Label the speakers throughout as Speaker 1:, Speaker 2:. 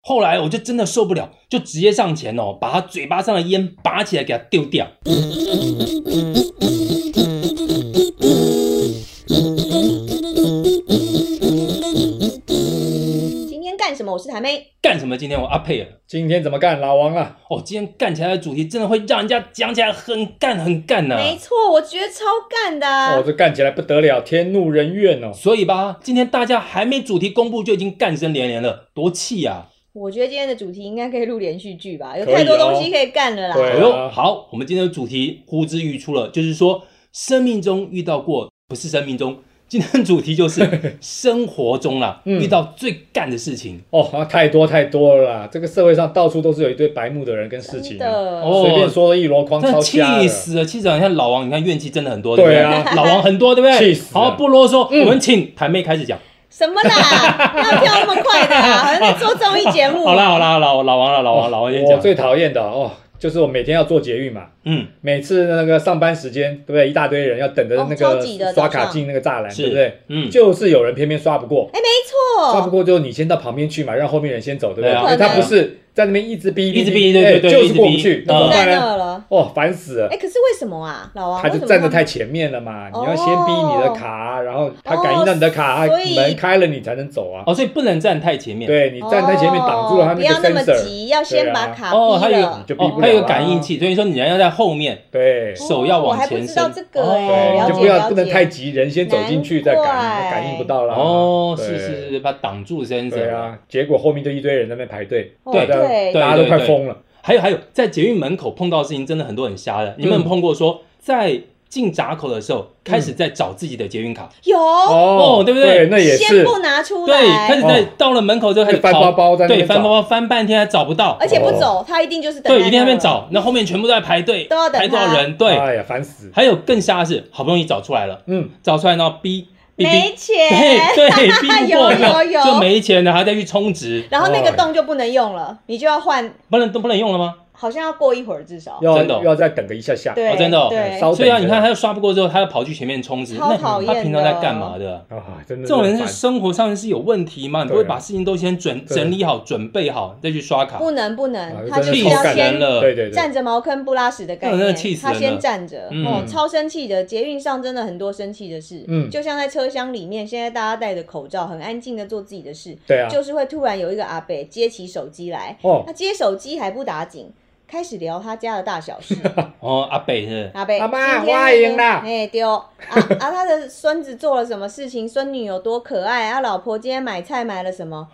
Speaker 1: 后来我就真的受不了，就直接上前哦，把他嘴巴上的烟拔起来给他丢掉。
Speaker 2: 今天干什么？我是台妹。
Speaker 1: 干什么？今天我阿佩尔
Speaker 3: 今天怎么干，老王啊？
Speaker 1: 哦，今天干起来的主题真的会让人家讲起来很干很干呐、
Speaker 2: 没错，我觉得超干的啊、
Speaker 3: 啊哦，这干起来不得了，天怒人怨哦。
Speaker 1: 所以吧，今天大家还没主题公布就已经干声连连了，多气啊呀、
Speaker 2: 我觉得今天的主题应该可以录连续剧吧，有
Speaker 3: 可以哦
Speaker 2: 太多东西可以干了啦。
Speaker 3: 对啊
Speaker 1: 哎呦，好，我们今天的主题呼之欲出了，就是说生命中遇到过，不是生命中，今天的主题就是 生活中啦、
Speaker 3: 嗯
Speaker 1: 遇到最干的事情。
Speaker 3: 哦，啊太多太多了啦！这个社会上到处都是有一堆白目的人跟事情
Speaker 2: 真
Speaker 3: 啊，
Speaker 2: 的，
Speaker 1: 哦
Speaker 3: 随便说的一箩筐，
Speaker 1: 真
Speaker 3: 超
Speaker 1: 的气
Speaker 3: 瞎的。
Speaker 1: 死了，气死了！你看老王，你看怨气真的很多，
Speaker 3: 对
Speaker 1: 不
Speaker 3: 啊
Speaker 1: 对？老王很多，对不对？
Speaker 3: 气死了嗯
Speaker 1: 好，不啰嗦，我们请谭妹开始讲。
Speaker 2: 什么啦？要跳那么快的、 啊，好像在做综艺
Speaker 3: 嗯
Speaker 2: 节目。
Speaker 1: 好啦好啦，老老王了，老王老王先
Speaker 3: 我
Speaker 1: 讲。
Speaker 3: 最讨厌的哦，就是我每天要做捷运嘛，
Speaker 1: 嗯，
Speaker 3: 每次那个上班时间，对不对？一大堆人要等着
Speaker 2: 哦
Speaker 3: 那
Speaker 2: 超
Speaker 3: 个
Speaker 2: 级的
Speaker 3: 刷
Speaker 2: 早上
Speaker 3: 卡进那个栅栏，
Speaker 1: 是
Speaker 3: 哎对不对？
Speaker 1: 嗯
Speaker 3: 就是有人偏偏刷不过，
Speaker 2: 哎、没
Speaker 3: 刷不
Speaker 2: 错，
Speaker 3: 过就你先到旁边去嘛，让后面人先走，对不对？
Speaker 1: 对啊
Speaker 3: 因为他
Speaker 2: 不可
Speaker 3: 不
Speaker 2: 能
Speaker 3: 是在那边一直逼，
Speaker 1: 一直逼对
Speaker 3: 哎
Speaker 1: 对对
Speaker 3: 就
Speaker 1: 一直
Speaker 3: 是
Speaker 1: 逼
Speaker 3: 过不去，那怎
Speaker 1: 不
Speaker 3: 么
Speaker 1: 过
Speaker 2: 在
Speaker 3: 办
Speaker 2: 那
Speaker 3: 呢？
Speaker 2: 儿了。
Speaker 3: 哦，烦死了
Speaker 2: 哎、。可是为什么啊，老王？
Speaker 3: 他就
Speaker 2: 为什么
Speaker 3: 站在
Speaker 2: 们哦
Speaker 3: 太前面了嘛，你要先逼你的卡，然后他感应到你的卡，
Speaker 2: 所以
Speaker 3: 门开了你才能走啊。
Speaker 1: 哦，所以不能站太前面。
Speaker 3: 对你站太前面挡住了他
Speaker 2: 哦
Speaker 3: 那
Speaker 2: 不要那
Speaker 3: 个
Speaker 2: 么
Speaker 3: sensor，啊
Speaker 2: 急，要先把卡啊逼
Speaker 1: 哦，他有
Speaker 2: 了。
Speaker 3: 就逼不了
Speaker 1: 哦，他有
Speaker 3: 啦
Speaker 1: 感应器，所以说你人要在后面，
Speaker 3: 对
Speaker 2: 哦
Speaker 1: 手要往前
Speaker 2: 我
Speaker 1: 伸。
Speaker 2: 还不知道这个哎
Speaker 3: 对，
Speaker 2: 了
Speaker 3: 你
Speaker 2: 解
Speaker 3: 哦就不
Speaker 2: 了
Speaker 3: 要
Speaker 2: 解
Speaker 3: 不能太急，人先走进去再感
Speaker 2: 难怪
Speaker 3: 应，感应不到了。啊
Speaker 1: 哦，
Speaker 3: 对
Speaker 1: 是是是，把它挡住身子。
Speaker 3: 对啊，结果后面就一堆人在那边排队，
Speaker 2: 哦
Speaker 1: 对
Speaker 2: 对
Speaker 1: 对
Speaker 3: 大家都快疯了。
Speaker 1: 还有还有，在捷运门口碰到的事情真的很多很瞎的。你们有没有碰过说在进闸口的时候，开始在找自己的捷运卡，
Speaker 2: 有、
Speaker 3: 哦
Speaker 1: 对不对
Speaker 3: 那也
Speaker 2: 先
Speaker 3: 是，
Speaker 2: 不拿出
Speaker 1: 对，开
Speaker 2: 来
Speaker 1: 始，在
Speaker 3: 哦
Speaker 1: 到了门口之后开始
Speaker 3: 就翻
Speaker 1: 跑
Speaker 3: 包包在那边
Speaker 1: 对，翻
Speaker 3: 找哦
Speaker 1: 包包翻半天还找不到，
Speaker 2: 而且不走，他一定就是等
Speaker 1: 对，
Speaker 2: 在
Speaker 1: 一定在那边
Speaker 2: 儿。
Speaker 1: 找，那后面全部都在排队，
Speaker 2: 都要等
Speaker 1: 排多少
Speaker 2: 他
Speaker 1: 人？对，
Speaker 3: 哎呀，烦死。
Speaker 1: 还有更瞎的是，好不容易找出来了，
Speaker 3: 嗯，
Speaker 1: 找出来呢，逼逼逼
Speaker 2: 没，钱，
Speaker 1: 对对，逼不过，
Speaker 2: 有 有有
Speaker 1: 就没钱了，还要再去充值，
Speaker 2: 然后那个洞就不能用了，你就要换，
Speaker 1: 不能都不能用了吗？
Speaker 2: 好像要过一会儿至少。
Speaker 3: 要
Speaker 1: 真的哦
Speaker 3: 要再等个一下下。
Speaker 2: 对，
Speaker 1: 哦真的哦
Speaker 2: 对，
Speaker 3: 稍
Speaker 1: 所以啊，
Speaker 3: 等一
Speaker 1: 你
Speaker 3: 下
Speaker 1: 看他又刷不过之后，他又跑去前面充值，
Speaker 2: 超
Speaker 1: 那
Speaker 2: 讨厌
Speaker 1: 他
Speaker 2: 的
Speaker 1: 平常在干嘛的？
Speaker 3: 啊，
Speaker 1: 这
Speaker 3: 真的是
Speaker 1: 种人
Speaker 3: 很
Speaker 1: 是
Speaker 3: 烦
Speaker 1: 生活上是有问题吗？你不会
Speaker 3: 对啊
Speaker 1: 把事情都先准
Speaker 3: 对
Speaker 1: 整理好、准备好，再去刷卡，
Speaker 2: 不能不
Speaker 3: 啊
Speaker 2: 能，
Speaker 3: 真
Speaker 2: 他
Speaker 3: 的
Speaker 2: 就是
Speaker 1: 气
Speaker 2: 要
Speaker 1: 死
Speaker 2: 先
Speaker 1: 人了。
Speaker 3: 对对对，
Speaker 2: 站着茅坑不拉屎的概
Speaker 1: 那
Speaker 2: 念
Speaker 1: 真的气，死
Speaker 2: 他
Speaker 1: 人了
Speaker 2: 先站着，
Speaker 1: 嗯
Speaker 2: 哦，超生气的。捷运上真的很多生气的事，
Speaker 3: 嗯
Speaker 2: 就像在车厢里面，现在大家戴着口罩，很安静的做自己的事，
Speaker 3: 对啊，
Speaker 2: 就是会突然有一个阿伯接起手机来，
Speaker 3: 哦，
Speaker 2: 他接手机还不打紧，开始聊他家的大小事。
Speaker 1: 哦，阿北是
Speaker 2: 阿伯，
Speaker 3: 阿嬷
Speaker 2: 今天
Speaker 3: 我赢啦
Speaker 2: 哎，对哦，啊啊，他的孙子做了什么事情？孙女有多可爱？啊，老婆今天买菜买了什 么？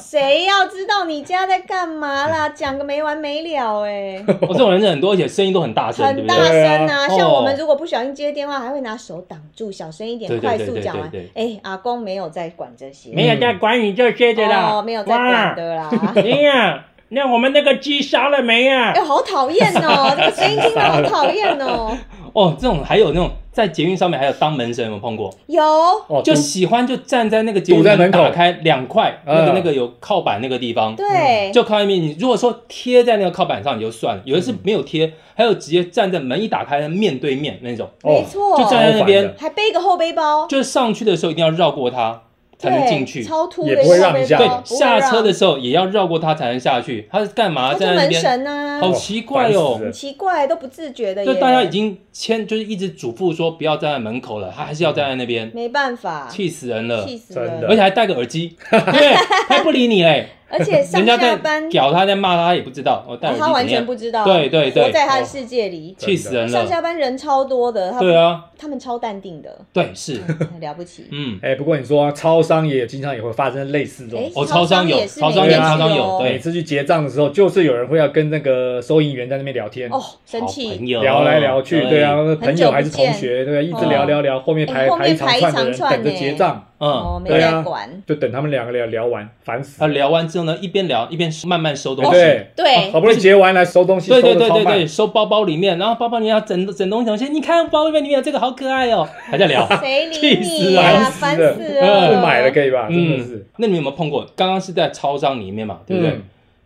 Speaker 2: 谁要知道你家在干嘛 啦？讲个没完没了哎、
Speaker 1: 哦，这种人是很多，而且声音都很大声，对
Speaker 2: 很
Speaker 1: 不
Speaker 2: 大
Speaker 1: 对？
Speaker 2: 声啊！
Speaker 1: 对啊
Speaker 2: 像我们
Speaker 1: 哦
Speaker 2: 如果不小心接电话，还会拿手挡住，小声一点，
Speaker 1: 对对
Speaker 2: 快
Speaker 1: 对
Speaker 2: 速
Speaker 1: 对
Speaker 2: 讲
Speaker 1: 对
Speaker 2: 完
Speaker 1: 对。
Speaker 2: 哎，阿公没有在管这些，
Speaker 3: 嗯
Speaker 1: 没有在管你这些的啦，
Speaker 2: 哦，没有在管
Speaker 1: 哇。
Speaker 2: 的啦。
Speaker 1: 哎呀，那我们那个鸡杀了没啊呀
Speaker 2: 哎、？好讨厌哦！这个声音听得好讨厌哦。
Speaker 1: 哦，这种还有那种在捷运上面还有当门神，有没有碰过？
Speaker 2: 有，
Speaker 3: 哦，
Speaker 1: 就
Speaker 3: 堵
Speaker 1: 喜欢就站在那个捷运
Speaker 3: 堵在
Speaker 1: 门
Speaker 3: 门口
Speaker 1: 打开两块，那个
Speaker 3: 嗯
Speaker 1: 那个有靠板那个地方，
Speaker 2: 对，
Speaker 1: 嗯就靠外面。你如果说贴在那个靠板上，你就算了；有的
Speaker 3: 嗯
Speaker 1: 是没有贴，还有直接站在门一打开面对面那种，
Speaker 2: 没
Speaker 3: 哦，
Speaker 2: 错，
Speaker 1: 就站在那边
Speaker 3: 超烦的
Speaker 2: 还背个后背包，
Speaker 1: 就是上去的时候一定要绕过它才能
Speaker 2: 对
Speaker 1: 进去。
Speaker 2: 超突的
Speaker 3: 也不会
Speaker 2: 一个
Speaker 3: 让
Speaker 2: 后背
Speaker 3: 你下
Speaker 1: 对
Speaker 2: 包，不会
Speaker 1: 下车
Speaker 2: 让
Speaker 1: 的时候也要绕过它才能下去。他是干嘛
Speaker 2: 他就
Speaker 1: 站在那
Speaker 2: 门
Speaker 1: 边？
Speaker 2: 神啊，
Speaker 1: 好奇怪
Speaker 3: 烦
Speaker 1: 哦
Speaker 3: 死！了
Speaker 2: 很奇怪，都不自觉的耶，
Speaker 1: 就大家已经签，就是一直嘱咐说不要站在门口了，他还是要站在那边，
Speaker 2: 没办法，
Speaker 1: 气死人了！
Speaker 2: 嗯气死
Speaker 3: 真
Speaker 2: 人
Speaker 3: 的
Speaker 1: 而且还戴个耳机， 对，他不理你 嘞，
Speaker 2: 而且上
Speaker 1: 人家
Speaker 2: 下
Speaker 1: 在
Speaker 2: 班，
Speaker 1: 屌他在骂他，他也不知道，哦，戴耳
Speaker 2: 哦
Speaker 1: 机
Speaker 2: 他完
Speaker 1: 怎
Speaker 2: 全
Speaker 1: 样？
Speaker 2: 不知道，
Speaker 1: 对对对
Speaker 2: 活在他的世界里。
Speaker 1: 气死人
Speaker 2: 上
Speaker 1: 了！
Speaker 2: 下班人超多的，他
Speaker 1: 对啊，
Speaker 2: 他们超淡 定的，
Speaker 1: 对是，
Speaker 2: 很了不起。
Speaker 1: 嗯，
Speaker 3: 哎，不过你说超商也经常也会发生类似这
Speaker 2: 哎
Speaker 3: 种，，
Speaker 1: 哦
Speaker 2: 超
Speaker 1: 超商有
Speaker 2: 也是
Speaker 1: 超
Speaker 2: 每
Speaker 1: 商
Speaker 3: 有
Speaker 2: 天
Speaker 3: 超
Speaker 1: 商
Speaker 2: 去
Speaker 1: 有
Speaker 2: 哦
Speaker 1: 对
Speaker 3: 每次去结账的时候，就是有人会要跟那个收银员在那边聊天，
Speaker 2: 哦，生
Speaker 1: 好
Speaker 2: 气
Speaker 1: 朋，友
Speaker 3: 聊来聊去，对啊，，朋友还是同学，对，啊一直
Speaker 1: 哦
Speaker 3: 聊聊聊，后面排排一长串的人等着结账，
Speaker 1: 嗯，
Speaker 2: 哦，没
Speaker 3: 对
Speaker 2: 在
Speaker 3: 啊
Speaker 2: 管，
Speaker 3: 就等他们两个聊聊完，烦死
Speaker 1: 他。聊完之后呢，一边聊一边慢慢收东西，
Speaker 3: 对，哦
Speaker 2: 对
Speaker 1: 哦
Speaker 3: 好不容易结完来收东西，
Speaker 1: 对
Speaker 3: 收
Speaker 1: 对
Speaker 3: 的
Speaker 1: 对
Speaker 3: 超
Speaker 1: 对
Speaker 3: 慢
Speaker 1: 对，。收包包里面，然后包包里面要整整东整西，你看包包里面有这个好可爱哦，还在 聊。
Speaker 2: 谁理
Speaker 1: 气
Speaker 2: 你
Speaker 1: 死
Speaker 2: 呀？
Speaker 3: 了
Speaker 2: 烦死
Speaker 3: 是的
Speaker 2: 了，
Speaker 3: 不买了可以吧？真的
Speaker 1: 嗯
Speaker 3: 是，，
Speaker 1: 那你们有没有碰过？刚刚是在超商里面嘛，对不对
Speaker 3: 嗯？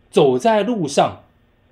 Speaker 1: 走在路上，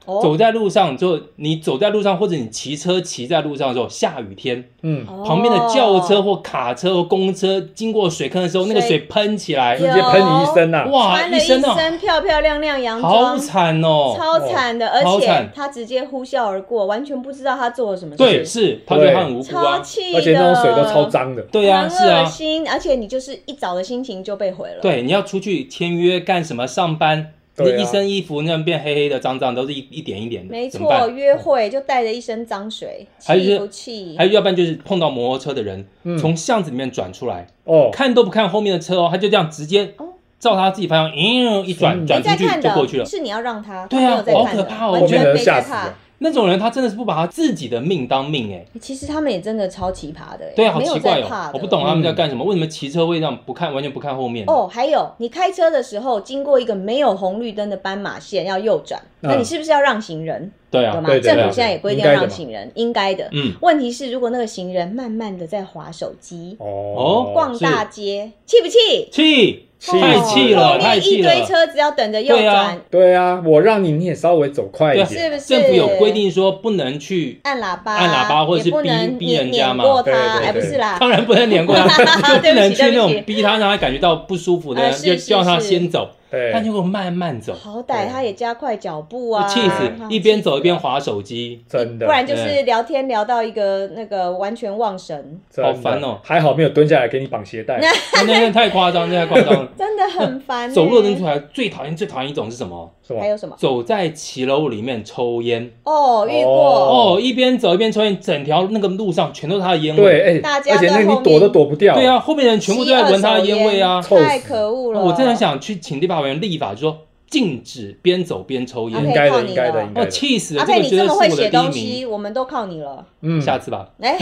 Speaker 2: 哦
Speaker 1: 走在路上就你走在路上，或者你骑车骑在路上的时候，下雨天，
Speaker 3: 嗯，
Speaker 1: 旁边的轿车
Speaker 2: 哦
Speaker 1: 或卡车或公车经过水坑的时候，那个水
Speaker 2: 水
Speaker 1: 喷起来
Speaker 3: 直，接喷你一身啊呐，
Speaker 1: 哇，
Speaker 2: 穿了
Speaker 1: 一
Speaker 2: 一
Speaker 1: 身哦，
Speaker 2: 身漂漂亮亮洋
Speaker 1: 好
Speaker 2: 装，
Speaker 1: 惨哦。
Speaker 2: 超惨的，而
Speaker 1: 超
Speaker 2: 且
Speaker 1: 惨
Speaker 2: 他直接呼啸而过，完全不知道他做了什么事，
Speaker 1: 对，是，他觉得他很无辜
Speaker 2: 超
Speaker 1: 啊。
Speaker 2: 气的，
Speaker 3: 而且那种水都超脏的，
Speaker 1: 对啊，
Speaker 2: 很
Speaker 1: 是
Speaker 2: 恶
Speaker 1: 啊，
Speaker 2: 心，而且你就是一早的心情就被毁了，，
Speaker 1: 对，你要出去签约干什么？上班，你
Speaker 3: 对啊
Speaker 1: 一身衣服那样变黑黑的、脏脏，都是一一点一点的，
Speaker 2: 没
Speaker 1: 怎么办
Speaker 2: 错，约会就带着一身脏水，
Speaker 1: 还是
Speaker 2: 气不气
Speaker 1: 还？有要不然就是碰到摩托车的人，
Speaker 3: 嗯
Speaker 1: 从巷子里面转出来，
Speaker 3: 哦，
Speaker 1: 看都不看后面的车哦，他就这样直接
Speaker 2: 哦
Speaker 1: 照他自己方向，嗯，一转
Speaker 3: 嗯
Speaker 2: 没
Speaker 1: 转出
Speaker 2: 在
Speaker 1: 去
Speaker 2: 看
Speaker 1: 就
Speaker 2: 的
Speaker 1: 过去了。
Speaker 2: 是你要让他，
Speaker 1: 对啊
Speaker 2: 他没有在
Speaker 1: 好
Speaker 2: 看
Speaker 1: 可
Speaker 2: 的
Speaker 1: 怕哦
Speaker 2: 完
Speaker 3: 后面
Speaker 2: 全
Speaker 3: 的
Speaker 2: 没
Speaker 3: 人吓
Speaker 2: 在
Speaker 3: 死
Speaker 2: 怕
Speaker 3: 了。，
Speaker 1: 那种人他真的是不把他自己的命当命哎、
Speaker 2: 其实他们也真的超奇葩的，
Speaker 1: 对啊，好
Speaker 2: 哦没有
Speaker 1: 奇怪
Speaker 2: 在
Speaker 1: 哦
Speaker 2: 怕，
Speaker 1: 我不
Speaker 2: 的
Speaker 1: 懂他们在
Speaker 3: 嗯
Speaker 1: 干什么，为什么骑车会让不看完全不看后面？
Speaker 2: 哦，还有你开车的时候经过一个没有红绿灯的斑马线要右转，那你是不是要让行人？
Speaker 1: 对
Speaker 2: 有
Speaker 1: 嗯啊，
Speaker 2: 吗？
Speaker 3: 对对
Speaker 2: 政
Speaker 3: 对
Speaker 2: 府现在也规定要让行人，应该的。
Speaker 1: 嗯，
Speaker 2: 问题是，如果那个行人慢慢的在划手机、
Speaker 1: 哦
Speaker 3: 哦，
Speaker 2: 逛大街，气不气？哦
Speaker 1: 气
Speaker 3: 气
Speaker 1: 太气了，
Speaker 2: 后
Speaker 1: 太
Speaker 2: 面一
Speaker 1: 气
Speaker 2: 堆
Speaker 1: 了。
Speaker 2: 车子要等着右
Speaker 1: 对啊
Speaker 2: 转，
Speaker 3: 对啊，我让你你也稍微走快一
Speaker 1: 对
Speaker 3: 点，
Speaker 2: 是不是？
Speaker 1: 政府有规定说不能去，
Speaker 2: 按喇叭啊，
Speaker 1: 按喇叭或者是
Speaker 2: 也不能
Speaker 1: 逼逼人家嘛
Speaker 2: 碾过
Speaker 3: 对
Speaker 2: 他，
Speaker 3: 对对
Speaker 2: 哎，不是啦，
Speaker 1: 当然不能碾过啊他， 就不能去那
Speaker 2: 对
Speaker 1: 种
Speaker 2: 不
Speaker 1: 逼他，让他感觉到不舒服的
Speaker 2: 呃，是
Speaker 1: 就是叫他
Speaker 2: 是
Speaker 1: 先走，
Speaker 3: 对，
Speaker 1: 啊但结果慢慢走，
Speaker 2: 好歹他也加快脚步啊，
Speaker 1: 我气死
Speaker 2: 啊，
Speaker 1: 一边走一边
Speaker 2: 气
Speaker 1: 划手机，
Speaker 3: 真
Speaker 2: 死
Speaker 3: 的，
Speaker 2: 不然就是聊天聊到一个那个完全忘神，
Speaker 3: 真的
Speaker 1: 好烦哦
Speaker 3: 还好没有蹲下来给你绑鞋带，
Speaker 1: 那那太夸张，那太夸 张了。
Speaker 2: 真的很烦欸。
Speaker 1: 走路的人出来最讨厌最讨厌一种是什么？
Speaker 3: 是吧
Speaker 2: 还？有什么？
Speaker 1: 走在骑楼里面抽烟
Speaker 2: 哦，遇过，
Speaker 1: 哦，一边走一边抽烟，整条那个路上全都是他的烟味。
Speaker 3: 对，哎
Speaker 2: 大，家
Speaker 3: 而且那
Speaker 2: 在后
Speaker 3: 你躲都
Speaker 2: 面
Speaker 3: 躲不掉，
Speaker 1: 对，啊，后面的人全部都在闻他的烟味啊
Speaker 2: 吸。
Speaker 3: 臭
Speaker 2: 二手
Speaker 3: 死
Speaker 2: 烟太可恶了。
Speaker 1: 我真的很想去请立法委员立法，就说禁止边走边抽
Speaker 2: 啊
Speaker 1: 烟
Speaker 3: 应。
Speaker 2: 可以
Speaker 3: 该
Speaker 2: 靠
Speaker 3: 的，
Speaker 2: 你
Speaker 3: 应该的，
Speaker 2: 了
Speaker 3: 应
Speaker 1: 哦，
Speaker 3: 该的，
Speaker 1: 气死了！
Speaker 2: 阿
Speaker 1: 这
Speaker 2: 佩，
Speaker 1: 个
Speaker 2: 啊你
Speaker 1: 绝对
Speaker 2: 这么
Speaker 1: 是
Speaker 2: 会
Speaker 1: 我的
Speaker 2: 写
Speaker 1: 第
Speaker 2: 东
Speaker 1: 一名。
Speaker 2: 西，我们都靠你了。
Speaker 3: 嗯，
Speaker 1: 下次吧，
Speaker 2: 哎，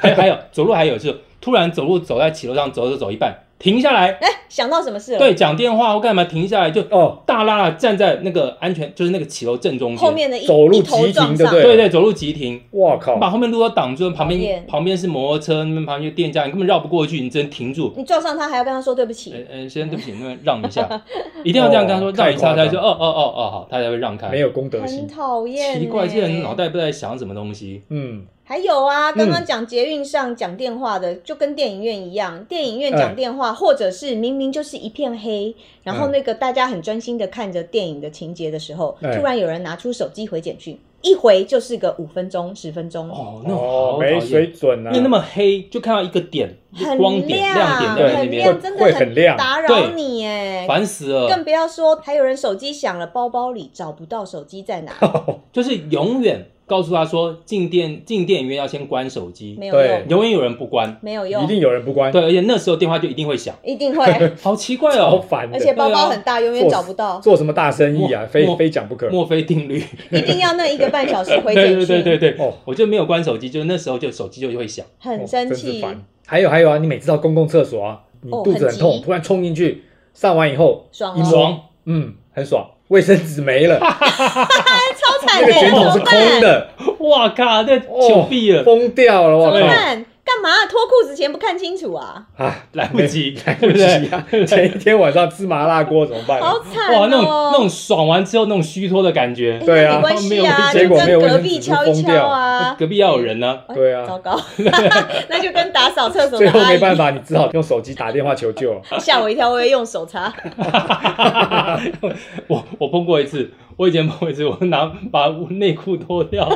Speaker 1: 还还有走路还有是突然走路走在骑楼上走着走一半停下来，
Speaker 2: 哎想到什么事了？，
Speaker 1: 对，讲电话或干嘛停下来就
Speaker 3: 哦，
Speaker 1: 大拉拉站在那个安全，就是那个骑楼正中间，
Speaker 2: 后面的一
Speaker 3: 走路
Speaker 2: 一头
Speaker 3: 急
Speaker 2: 撞
Speaker 3: 停对
Speaker 2: 上
Speaker 3: 不，对
Speaker 1: 对对，走路急停，
Speaker 3: 哇靠，
Speaker 1: 把后面路都挡住，旁
Speaker 2: 讨
Speaker 1: 边
Speaker 2: 厌
Speaker 1: 旁边是摩托车，那边旁边就店家，你根本绕不过去，你只能停住。
Speaker 2: 你撞上他还要跟他说对不
Speaker 1: 呃
Speaker 2: 起，
Speaker 1: 呃，先生对不起，那边让一下， 一定要这样跟他说，
Speaker 3: 哦太
Speaker 1: 让一下，
Speaker 3: 夸张
Speaker 1: 他就哦哦哦哦好，他才会让开。
Speaker 3: 没有公德
Speaker 2: 很
Speaker 3: 心，
Speaker 2: 讨厌欸。
Speaker 1: 奇怪，这人脑袋不知道在想什么东西。
Speaker 3: 嗯，
Speaker 2: 还有啊，刚刚
Speaker 3: 嗯
Speaker 2: 讲捷运上讲电话的，就跟电影院一样，电影院
Speaker 3: 哎
Speaker 2: 讲电话，或者是明明就是一片黑，然后
Speaker 3: 嗯
Speaker 2: 那个大家很专心的看着电影的情节的时候，
Speaker 3: 哎
Speaker 2: 突然有人拿出手机回简讯，一回就是个五分钟、十分钟，
Speaker 1: 哦，那我
Speaker 3: 哦
Speaker 1: 好，
Speaker 3: 没
Speaker 1: 讨厌
Speaker 3: 水，准啊，
Speaker 1: 因为那么黑，就看到一个点，
Speaker 2: 很
Speaker 1: 哦光点亮点
Speaker 3: 对
Speaker 1: 在那
Speaker 2: 很
Speaker 1: 边
Speaker 2: 亮，，真的
Speaker 3: 会很亮
Speaker 2: 打扰
Speaker 1: 对
Speaker 2: 你哎，
Speaker 1: 烦呃死了
Speaker 2: 更。不要说还有人手机响了，包包里找不到手机在哪，
Speaker 1: 哦就是永远告诉他说，进电进电影院要先关手机，
Speaker 2: 没有用
Speaker 3: 对，
Speaker 1: 永远有人不关。
Speaker 2: 没有
Speaker 3: 一
Speaker 2: 用，
Speaker 3: 定有人不关，
Speaker 1: 对，而且那时候电话就一定会响，
Speaker 2: 一定会，
Speaker 1: 好奇怪
Speaker 3: 好
Speaker 1: 哦。
Speaker 3: 烦的，
Speaker 2: 而且包包很 大，永远
Speaker 3: 做
Speaker 2: 找不到。
Speaker 3: 做什么大生意啊，
Speaker 1: 莫
Speaker 3: 非
Speaker 1: 莫
Speaker 3: 非讲不可，
Speaker 1: 墨菲定律，
Speaker 2: 一定要那一个半小时回简
Speaker 1: 对
Speaker 2: 讯，
Speaker 1: 对对对对
Speaker 3: 哦，
Speaker 1: 我就没有关手机，就是那时候就手机就会响，
Speaker 2: 很
Speaker 3: 哦
Speaker 2: 生
Speaker 3: 真是
Speaker 2: 气。
Speaker 3: 烦还有还有啊，你每次到公共厕所啊，你
Speaker 2: 哦
Speaker 3: 肚子
Speaker 2: 很
Speaker 3: 很痛，
Speaker 2: 急
Speaker 3: 突然冲进去，上完以后
Speaker 2: 爽
Speaker 3: 一
Speaker 2: 哦
Speaker 3: 摸，
Speaker 1: 爽，
Speaker 3: 嗯，很爽，卫生纸没了，
Speaker 2: 哎超惨的，
Speaker 3: 那个卷
Speaker 2: 怎
Speaker 3: 筒
Speaker 2: 么
Speaker 3: 是
Speaker 2: 办？
Speaker 3: 空的，
Speaker 1: 哇靠，那
Speaker 3: 哦
Speaker 1: 糗毙了，
Speaker 3: 疯掉了，我
Speaker 2: 怎么
Speaker 3: 靠！
Speaker 2: 办？干嘛啊脱裤子前不看清楚啊？
Speaker 3: 啊，
Speaker 1: 来不及，来
Speaker 3: 来不及啊！前一天晚上吃麻辣锅怎么办？啊
Speaker 2: 好惨
Speaker 1: 哇，
Speaker 2: 哦！
Speaker 1: 那种那种爽完之后那种虚脱的感觉
Speaker 2: 哎，
Speaker 3: 对啊
Speaker 2: 那没关系啊，
Speaker 1: 没有
Speaker 2: 就
Speaker 1: 结
Speaker 3: 果没
Speaker 2: 跟
Speaker 3: 有
Speaker 2: 隔
Speaker 3: 问题
Speaker 2: 壁
Speaker 3: 只是
Speaker 2: 敲一
Speaker 3: 疯
Speaker 2: 敲
Speaker 3: 掉
Speaker 2: 啊。
Speaker 1: 隔壁要有人呢，
Speaker 2: 哎
Speaker 3: 对啊
Speaker 2: 糟糕， 那就跟打扫厕所
Speaker 3: 最
Speaker 2: 的
Speaker 3: 后
Speaker 2: 阿
Speaker 3: 没办
Speaker 2: 姨
Speaker 3: 法，你只好用手机打电话求救。
Speaker 2: 吓我一跳，我也用手擦。
Speaker 1: 我我碰过一次，我以前碰过一次，我拿把内裤脱 掉，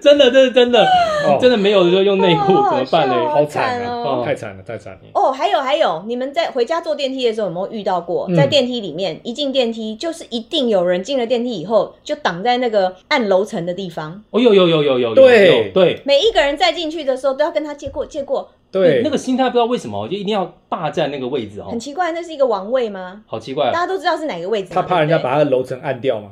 Speaker 1: 真的这是真的，
Speaker 3: 哦
Speaker 1: 真的没有的时候用内裤
Speaker 2: 哦
Speaker 1: 怎么办
Speaker 2: 好
Speaker 1: 呢？
Speaker 3: 好惨
Speaker 2: 哦
Speaker 3: 啊！太惨了，太惨了！
Speaker 2: 哦，还有还有，你们在回家坐电梯的时候有没有遇到过？
Speaker 3: 嗯
Speaker 2: 在电梯里面，一进电梯就是一定有人进了电梯以后就挡在那个按楼层的地方，
Speaker 1: 哦，有有有有有有
Speaker 3: 对
Speaker 1: 有对。
Speaker 2: 每一个人再进去的时候都要跟他借过借过，
Speaker 3: 对，
Speaker 1: 那个心态不知道为什么，就一定要霸占那个位置哦
Speaker 2: 很，奇怪，那是一个王位吗？
Speaker 1: 好奇怪
Speaker 2: 大
Speaker 1: 哦
Speaker 2: 家都知道是哪个位置嘛，
Speaker 3: 他怕人家
Speaker 2: 对
Speaker 3: 把他的楼层按掉嘛。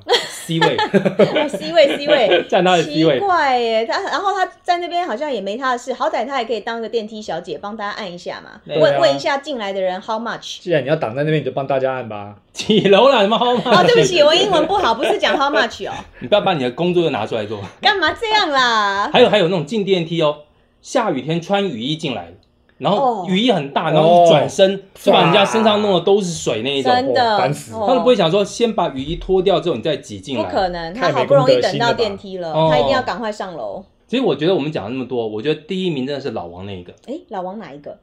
Speaker 1: ，C 位，。
Speaker 2: 不对哦 C 位 C 位
Speaker 1: 占他的 C
Speaker 2: 奇
Speaker 1: 位，
Speaker 2: 怪耶，他然后他在那边好像也没他的事，好歹他也可以当个电梯小姐，帮大家按一下嘛，
Speaker 1: 对啊
Speaker 2: 问问一下进来的人 how much。
Speaker 3: 既然你要挡在那边，你就帮大家按吧。
Speaker 1: 几楼啦？什么号
Speaker 2: 哦
Speaker 1: 码？，
Speaker 2: 对不起，我英文不好，不是讲 how much 哦，
Speaker 1: 你不要把你的工作又拿出来做。
Speaker 2: 干嘛这样啦？
Speaker 1: 还有还有那种进电梯哦，下雨天穿雨衣进来，然后
Speaker 2: 哦
Speaker 1: 雨一很大，然后一转身就把人家身上弄的都是水那一种。
Speaker 2: 真的，
Speaker 3: 哦烦死了
Speaker 2: 哦
Speaker 1: 他们不会想说先把雨衣脱掉之后你再挤进
Speaker 2: 不
Speaker 1: 来。
Speaker 2: 可能，他
Speaker 3: 太
Speaker 2: 好
Speaker 3: 没
Speaker 2: 不容
Speaker 3: 公
Speaker 2: 易
Speaker 3: 德
Speaker 2: 等
Speaker 3: 心
Speaker 2: 到
Speaker 3: 了吧
Speaker 2: 电梯了，
Speaker 1: 哦
Speaker 2: 他一定要赶快上楼。
Speaker 1: 其实我觉得我们讲了那么多，我觉得第一名真的是老王那一个，
Speaker 2: 哎，老王哪一个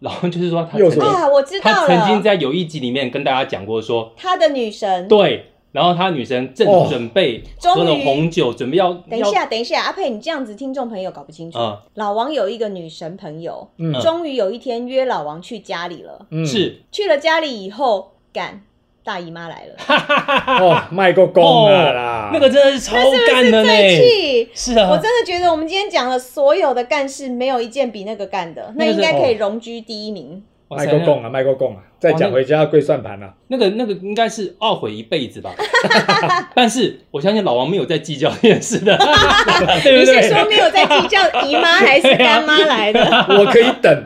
Speaker 1: 老王就是说他
Speaker 3: 又
Speaker 1: 曾
Speaker 3: 是对
Speaker 1: 经
Speaker 3: 我
Speaker 2: 啊？我知
Speaker 1: 他
Speaker 2: 道
Speaker 1: 曾经
Speaker 2: 了，
Speaker 1: 在有一集里面跟大家讲过说，
Speaker 2: 他的女神。
Speaker 1: 对，然后他女神正准备
Speaker 2: 嗯终于
Speaker 1: 喝了红酒，准备要
Speaker 2: 等一下，等一下，阿佩，你这样子，听众朋友搞不清楚。
Speaker 1: 要啊、
Speaker 2: 老王有一个女神朋友，
Speaker 3: 嗯
Speaker 2: 终于有一天约老王去家里了。
Speaker 3: 嗯
Speaker 1: 是
Speaker 2: 去了家里以后，干大姨妈来了，
Speaker 3: 哦，卖过公了啦，
Speaker 1: 哦那个真的是超干的呢，
Speaker 2: 最气。
Speaker 1: 是啊，
Speaker 2: 我真的觉得我们今天讲了所有的干事，没有一件比那个干的，
Speaker 1: 那
Speaker 2: 那
Speaker 1: 个
Speaker 2: 应
Speaker 1: 是
Speaker 2: 该可以荣居第一名。
Speaker 1: 哇
Speaker 3: 卖
Speaker 1: 塞
Speaker 3: 过
Speaker 1: 那
Speaker 3: 公啊，卖过公啊，再讲回家要跪算盘啊了，
Speaker 1: 那个那个应该是懊悔一辈子吧， 但是我相信老王没有在计较这件事的，哦对
Speaker 2: 你
Speaker 1: 不
Speaker 2: 是
Speaker 1: 对？
Speaker 2: 说没有在计较姨妈还是干妈来的？
Speaker 1: 嗯
Speaker 3: 我可以等，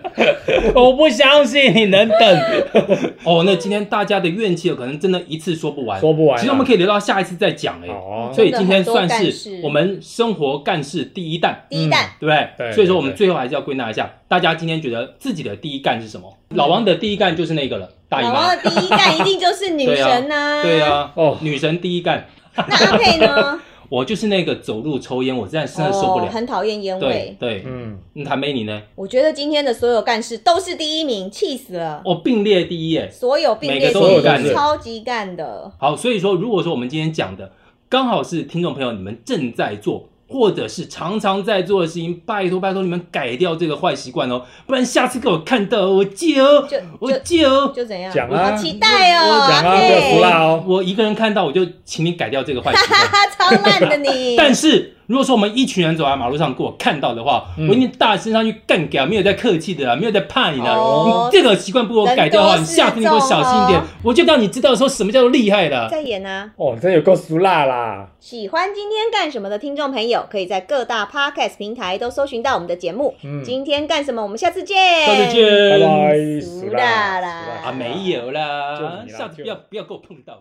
Speaker 1: 我不相信你能等。 哦，那今天大家的怨气有可能真的一次说不 完，
Speaker 3: 说不完啊
Speaker 1: 其实我们可以留到下一次再讲哎、
Speaker 3: 哦
Speaker 1: 所以今天算
Speaker 2: 真的很多干
Speaker 1: 是
Speaker 2: 事
Speaker 1: 我们生活干事第一弹。
Speaker 2: 第一弹，
Speaker 1: 对不对？
Speaker 3: 对
Speaker 1: 所以说我们
Speaker 3: 对
Speaker 1: 最后还是要归纳一下，大家今天觉得自己的第一干是什么？老王的第一干就是那个了，大姨
Speaker 2: 老
Speaker 1: 妈
Speaker 2: 王。的第一干一定就是女神呐、
Speaker 1: 对。啊，
Speaker 3: 哦
Speaker 1: 女神第一干，
Speaker 2: 那阿佩呢？
Speaker 1: 我就是那个走路抽烟，我真的 真的受不
Speaker 2: 哦、
Speaker 1: 了。
Speaker 2: 很讨厌烟
Speaker 1: 对
Speaker 2: 味。
Speaker 1: 对，
Speaker 3: 嗯，
Speaker 1: 那谭梅你呢？
Speaker 2: 我觉得今天的所有干事都是第一名，气死了！
Speaker 1: 我哦并列第一耶。
Speaker 2: 所有并列
Speaker 1: 每
Speaker 2: 第
Speaker 1: 个
Speaker 3: 都有干
Speaker 2: 一，
Speaker 3: 事
Speaker 2: 超级干的。
Speaker 1: 好，所以说如果说我们今天讲的刚好是听众朋友你们正在做。或者是常常在做的事情，拜托拜托你们改掉这个坏习惯哦，不然下次给我看到我戒哦
Speaker 2: 就，
Speaker 1: 我戒哦，
Speaker 2: 就怎样？
Speaker 3: 讲啊
Speaker 2: 好期待哦，阿
Speaker 3: 讲啊，不要
Speaker 2: 佩
Speaker 3: 服啦哦，
Speaker 1: 我一个人看到我就请你改掉这个坏习惯。
Speaker 2: 哈 哈， 超烂的 你。
Speaker 1: 但是如果说我们一群人走在马路上给我看到的话，
Speaker 3: 嗯
Speaker 1: 我一定大声上去干掉，没有在客气的啦，啊没有在怕你的啦。
Speaker 2: 哦
Speaker 1: 你这个习惯不给我改掉的话，你下次你给我小心一点
Speaker 2: 人多势众哦，
Speaker 1: 我就让你知道说什么叫做厉害的。
Speaker 2: 再演啊！
Speaker 3: 哦，你真有够俗辣啦，
Speaker 2: 喜欢今天干什么的听众朋友，可以在各大 podcast 平台都搜寻到我们的节目。
Speaker 3: 嗯
Speaker 2: 今天干什么？我们下次见。
Speaker 1: 下次。见，
Speaker 3: 拜拜，
Speaker 2: 俗
Speaker 3: 俗
Speaker 2: 辣
Speaker 3: 辣
Speaker 2: 啦
Speaker 1: 啊，没有啦
Speaker 3: 就，你啦
Speaker 1: 下次不要
Speaker 3: 就
Speaker 1: 不要给我碰到。